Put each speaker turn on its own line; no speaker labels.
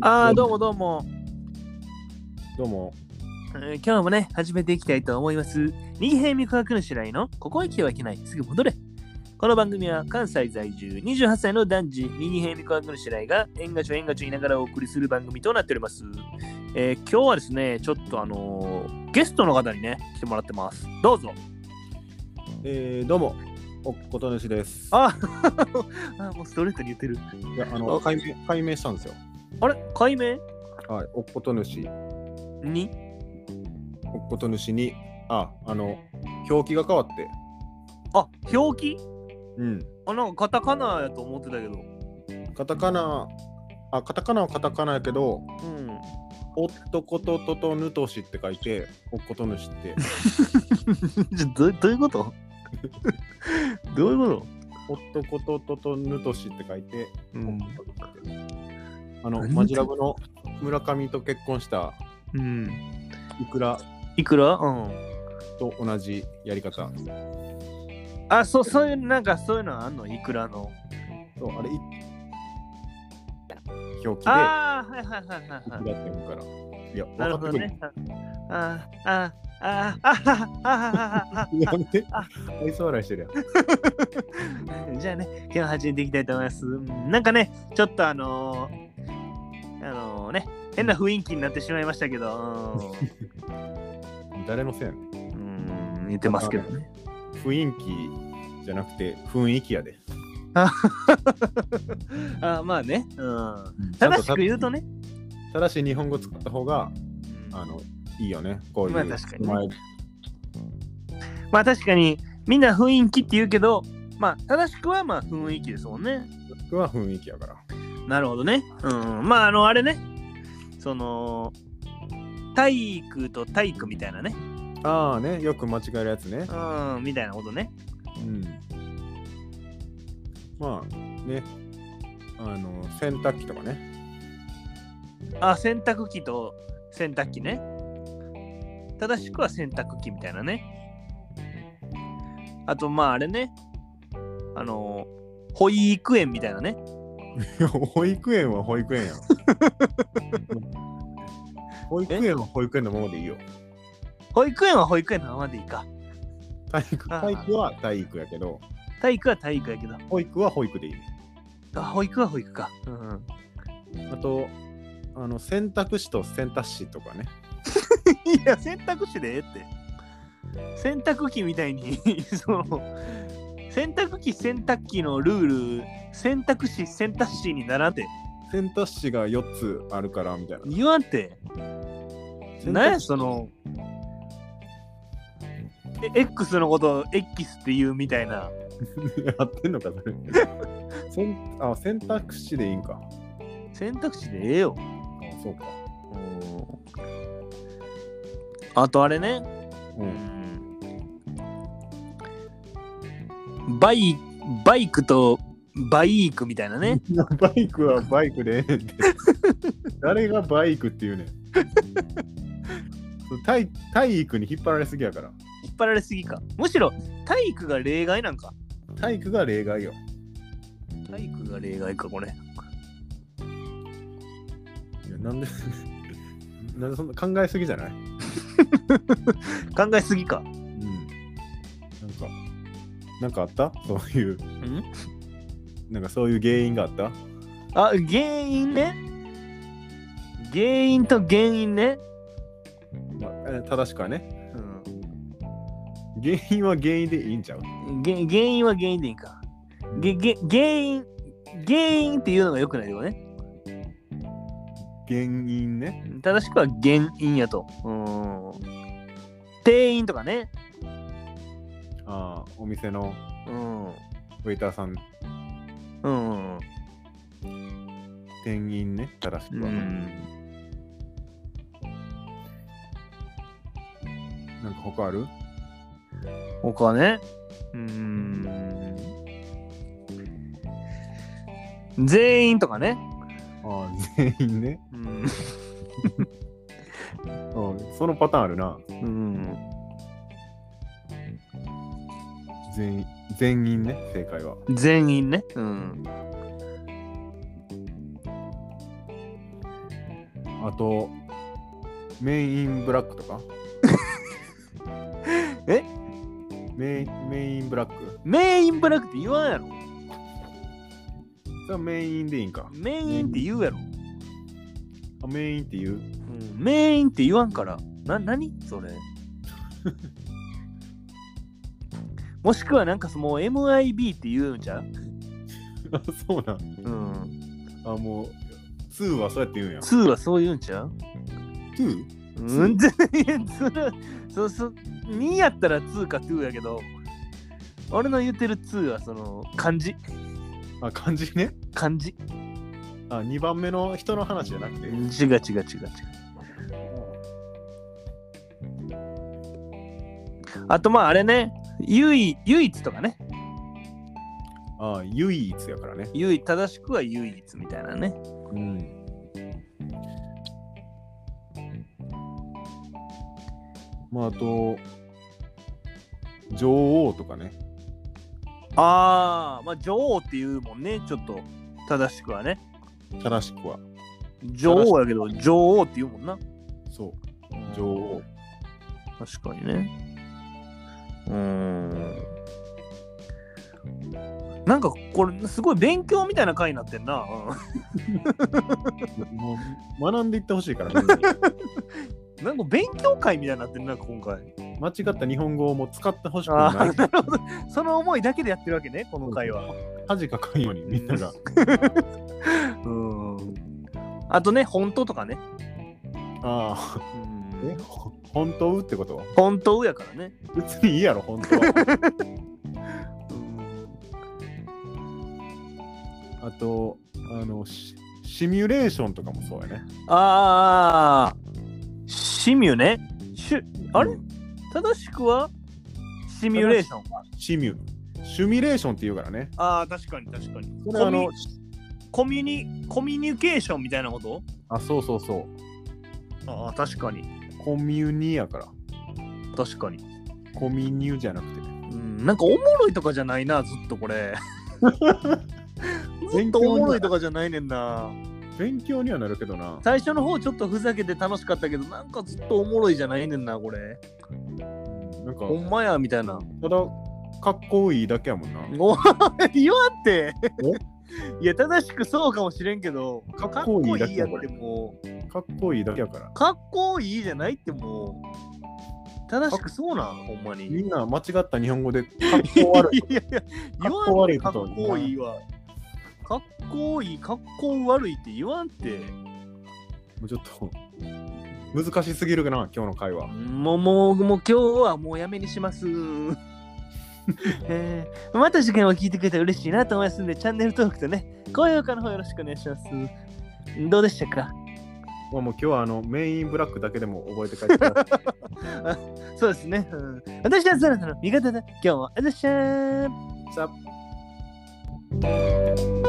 ああ、どうもどうも、
どうも。
えー今日もね、始めていきたいと思います。二平三河区の白井の、ここへ来はいけない、すぐ戻れ。この番組は関西在住28歳の男児、二平三河区の白井が、縁がちょ縁がちょ言いながらお送りする番組となっております。えー今日はですね、ちょっとあのーゲストの方にね、来てもらってます。どうぞ。
えー、どうも。おことぬしです。
ああ、もうストレートに言ってる。
いやあの
あ
解明解明したんですよ。
あれ解明
はい。おことぬし、
に
おことぬしに、あ、あの表記が変わって、
あ、表記
うん。
あ、なんかカタカナやと思ってたけど。
カタカナ、あ、カタカナはカタカナやけど、
うん。
おっとことととぬとしって書いて、おことぬしって、
じゃどどういうこと どういうこ
おっとことととぬとしって書いて、
と、
お
う
っ
ん
ことぬしってあの
何言って
マジラブの村上と結婚した
うん、
イクラ
いくらうん。
と同じやり方。
あ、そう、そういう、なんかそういうのあんのいくらの。
そうあれ、い表記で。
ああ、はいはいはいはい
だ
は
っ
い。
て読むから。いや、
なる
分か
ほど
ってくる。
ね。あーあー、あーあー、あーあー、あーあー、
やめて
あ。
愛想笑いしてるやん。
じゃあね、今日は始めていきたいと思います。うんなんかね、ちょっとあのー、あのー、ね、変な雰囲気になってしまいましたけど、
誰のせいやねん
うんうん、言ってますけどね。
雰囲気じゃなくて雰囲気やで。
あーまあね、うん。正しく言うとね、
ちゃんと。正しい日本語使った方があのいいよね。こういう。
まあ確かにね
お前
まあ確かにみんな雰囲気って言うけど、まあ正しくはまあ雰囲気ですもんね。
は雰囲気やから。
なるほどね。うん。まああのあれね、その体育と体育みたいなね。
ああね、よく間違えるやつね。
うん、みたいなことね。
うん。まあね、あの洗濯機とかね。
あ、洗濯機と洗濯機ね。正しくは洗濯機みたいなね。あとまああれね、あの保育園みたいなね。
いや保育園は保育 園やん。保育園は保育園のままでいいよ。
保育園は保育園のままでいいか。
体育
あー
体育は体育やけど、
体育は体育やけど。
保育は保育でいい。
あ、保育は保育か。うん。
あと、あの選択肢と選択肢とかね。
いや、選択肢でええって。洗濯機みたいに、 その、洗濯機、洗濯機のルール、選択肢、選択肢にならんて。
選択肢が4つあるからみたいな。
言わんて。
選
なん
択
や、
肢
その、え X のことを X って言うみたいな。
合ってんのか、それ。 選あ選択肢でいいんか。
選択肢でええよ。
あそうか。
あとあれね。
う。
うんん。バイ、バイクとバイークみたいなね。
バイクはバイクでええね んて誰がバイクっていうねん。そう体体育に引っ張られすぎやから。
引っ張られすぎか。むしろ体育が例外なんか。
体育が例外よ。
体育が例外か、これ。
いやなんで なんでそんな考えすぎじゃない
考えすぎか。
うん。なんか、なんかあった そういう、
ん
なんかそういう原因があった
あ、原因ね。原因と原因ね。
まあえー正しくはね。
う。
原因は原因でいいんちゃうん
げ原因は原因でいいか。げげ原因、原因っていうのが良くないよね。
原因ね。
正しくは原因やと。うん。定員とかね。
ああ、お店の
うん。
ウェイターさん、
うん。
店員ね。正し
う
くは。
ん。
なんか他ある
他ね。うーん。全員とかね。
ああ、全員ね。
うん。
うんそのパターンあるな。
うん、
全員、全員ね、正解は。
全員ね。うん。
あと、メインブラックと か
え
メインメインブラック
メインブラックって言わんやろ。
それはメインでいいんか。
メインって言うやろ。う、
あメインって言うん
メインって言わんから。な、何そ れ。もしくはなんかその MIB って言うんじゃう
あ、そうなん。
うん。
あ、もう、2はそうやって言うんや。
2はそう言うんちゃう
2?
うん、全然、そそ2やったら2か2やけど、俺の言ってる2はその漢字、
あ、漢字ね。
漢字。
あ、2番目の人の話じゃなくて。
違う違う違う違う。あとまああれね、唯唯一とかね、
あ、唯一やからね。
唯正しくは唯一みたいなね。
うん。まあ、あと、女王とかね。
ああ、まあ女王っていうもんね、ちょっと正しくはね。
正しくは。
女王やけど、女王っていうもんな。
そう。女王。
確かにね。うーん。なんかこれすごい勉強みたいな回になってんな。
もう学んでいってほしいから、ね、
うんなんか勉強会みたいになってんな、今回。
間違った日本語をもう使ってほしく
あ
な
あ、
い
なるほど。その思いだけでやってるわけね、この回は。
恥かかんようにみんな が
うん。あとね、本当とかね。
ああえほ本当ってことは
本当やからね。
別にいいやろ本当 はあとあのシシミュレーションとかもそうやね
ああ、シミュね。シュあれ正しくはシミュレーション。
シミュシュミレーションって言うからね
ああ、確かに確かに。
これあの
コミコミュニコミュニケーションみたいなこと
あそうそうそう
ああ、確かに。
コミュニやから
確かに。
コミニュじゃなくて
うん、なんかおもろいとかじゃないな、ずっとこ れ。ずっとおもろいとかじゃないねんな。
勉強にはなるけどな
最初の方ちょっとふざけて楽しかったけど、なんかずっとおもろいじゃないねんな、これ。
なんか
ほんまや、みたいな。
ただかっこいいだけやもんな
おい、言わんって。 いや、正しくそうかもしれんけど、
かっこいい
か
だ
っ
け
や
や
ってもう、
かっこいいだけやから
かっこいいじゃないってもう、正しくそうなん、ほんまに。
みんな間違った日本語でかっこ悪い
いやいや、言わ ん
かっこ悪い
か
こ
っ
とを
こいいは。かっこいい、かっこ悪いって言わんって。
もうちょっと難しすぎるかな、今日の会話。
もう、もう、もう今日はもうやめに します。えーまた次回も聞いてくれたら嬉しいなと思いますんで、チャンネル登録とね、高評価の方よろしくお願いします。どうでしたか
まあもう今日はあのメインブラックだけでも覚えて帰ってください。
そうですね。うん、私はザラザの味方だ。今日もあざっしゃー
さあ